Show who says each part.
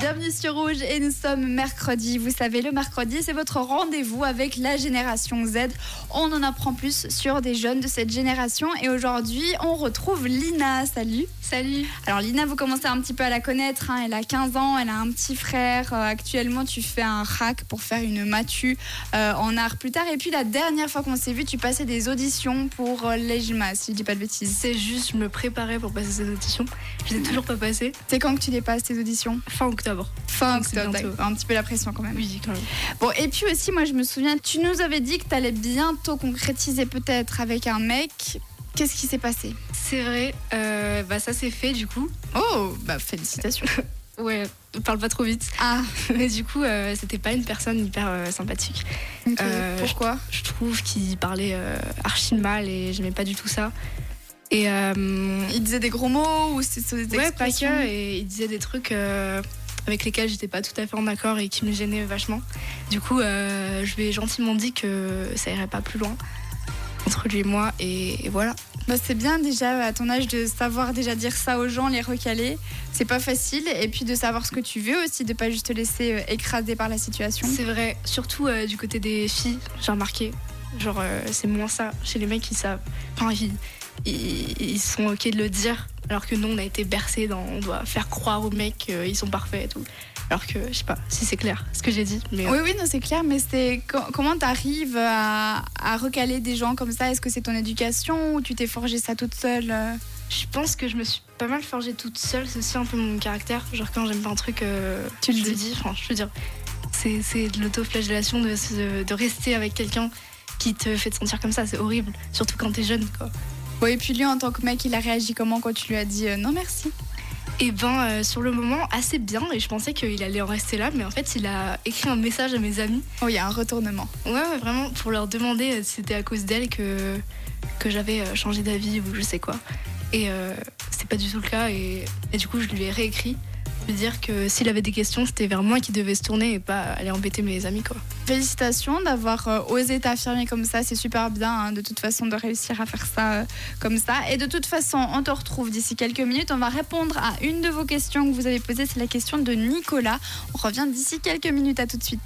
Speaker 1: Bienvenue sur Rouge et nous sommes mercredi. Vous savez, le mercredi, c'est votre rendez-vous avec la génération Z. On en apprend plus sur des jeunes de cette génération et aujourd'hui, on retrouve Lina. Salut.
Speaker 2: Salut.
Speaker 1: Alors Lina, vous commencez un petit peu à la connaître. hein. Elle a 15 ans, elle a un petit frère. Euh, actuellement, tu fais un rack pour faire une matu euh, en art plus tard. Et puis la dernière fois qu'on s'est vu, tu passais des auditions pour euh, l'EJMA, si je dis pas de bêtises.
Speaker 2: C'est juste, je me préparais pour passer cette audition. Je l'ai toujours pas passée.
Speaker 1: C'est quand que tu les passes tes auditions
Speaker 2: Fin octobre.
Speaker 1: Fin
Speaker 2: Donc, c'est
Speaker 1: octobre,
Speaker 2: bientôt.
Speaker 1: d'accord. un petit peu la pression quand même.
Speaker 2: Oui, quand même.
Speaker 1: Bon, et puis aussi, moi, je me souviens, tu nous avais dit que tu allais bientôt concrétiser peut-être avec un mec. Qu'est-ce qui s'est passé
Speaker 2: C'est vrai. euh, bah, ça, c'est fait, du coup.
Speaker 1: Oh, bah félicitations.
Speaker 2: Ouais, parle pas trop vite.
Speaker 1: Ah,
Speaker 2: Mais du coup, euh, c'était pas une personne hyper euh, sympathique.
Speaker 1: ok.
Speaker 2: Euh,
Speaker 1: pourquoi
Speaker 2: Je trouve qu'il parlait euh, archi mal et j'aimais pas du tout ça. Et. euh,
Speaker 1: Il disait des gros mots ou c'était des
Speaker 2: ouais, pas
Speaker 1: expressions
Speaker 2: que. Et il disait des trucs. euh, avec lesquels j'étais pas tout à fait en accord et qui me gênaient vachement. Du coup, euh, je lui ai gentiment dit que ça irait pas plus loin entre lui et moi, et- et voilà.
Speaker 1: Bah, c'est bien déjà à ton âge de savoir déjà dire ça aux gens, les recaler. C'est pas facile. Et puis de savoir ce que tu veux aussi, de pas juste te laisser euh, écraser par la situation.
Speaker 2: C'est vrai, surtout euh, du côté des filles, j'ai remarqué. Genre, euh, c'est moins ça. Chez les mecs, ils savent. Enfin, ils, ils, ils sont OK de le dire. Alors que nous, on a été bercés dans. On doit faire croire aux mecs qu'ils sont parfaits et tout. Alors que, je sais pas si c'est clair ce que j'ai dit, mais.
Speaker 1: Oui, oui, non, c'est clair, mais c'est co- comment t'arrives à, à recaler des gens comme ça Est-ce que c'est ton éducation ou tu t'es forgé ça toute seule euh
Speaker 2: Je pense que je me suis pas mal forgée toute seule, c'est aussi un peu mon caractère. Genre quand j'aime pas un truc, euh,
Speaker 1: Tu le
Speaker 2: je
Speaker 1: dis.
Speaker 2: Enfin, je veux dire, c'est, c'est de l'autoflagellation de, se- de rester avec quelqu'un qui te fait te sentir comme ça, c'est horrible. Surtout quand t'es jeune, quoi.
Speaker 1: Bon, et puis lui, en tant que mec, il a réagi comment quand tu lui as dit euh, non merci
Speaker 2: Et ben, euh, sur le moment, assez bien, et je pensais qu'il allait en rester là, mais en fait, il a écrit un message à mes amis.
Speaker 1: Oh, il y a un retournement.
Speaker 2: Ouais, ouais, vraiment, pour leur demander euh, si c'était à cause d'elle que, que j'avais euh, changé d'avis ou je sais quoi. Et euh, c'était pas du tout le cas, et, et du coup, je lui ai réécrit. Lui dire que s'il avait des questions, c'était vers moi qu'il devait se tourner et pas aller embêter mes amis, quoi.
Speaker 1: Félicitations d'avoir euh, osé t'affirmer comme ça, c'est super bien hein, de toute façon de réussir à faire ça euh, comme ça. Et de toute façon, on te retrouve d'ici quelques minutes, on va répondre à une de vos questions que vous avez posées, c'est la question de Nicolas. On revient d'ici quelques minutes, à tout de suite.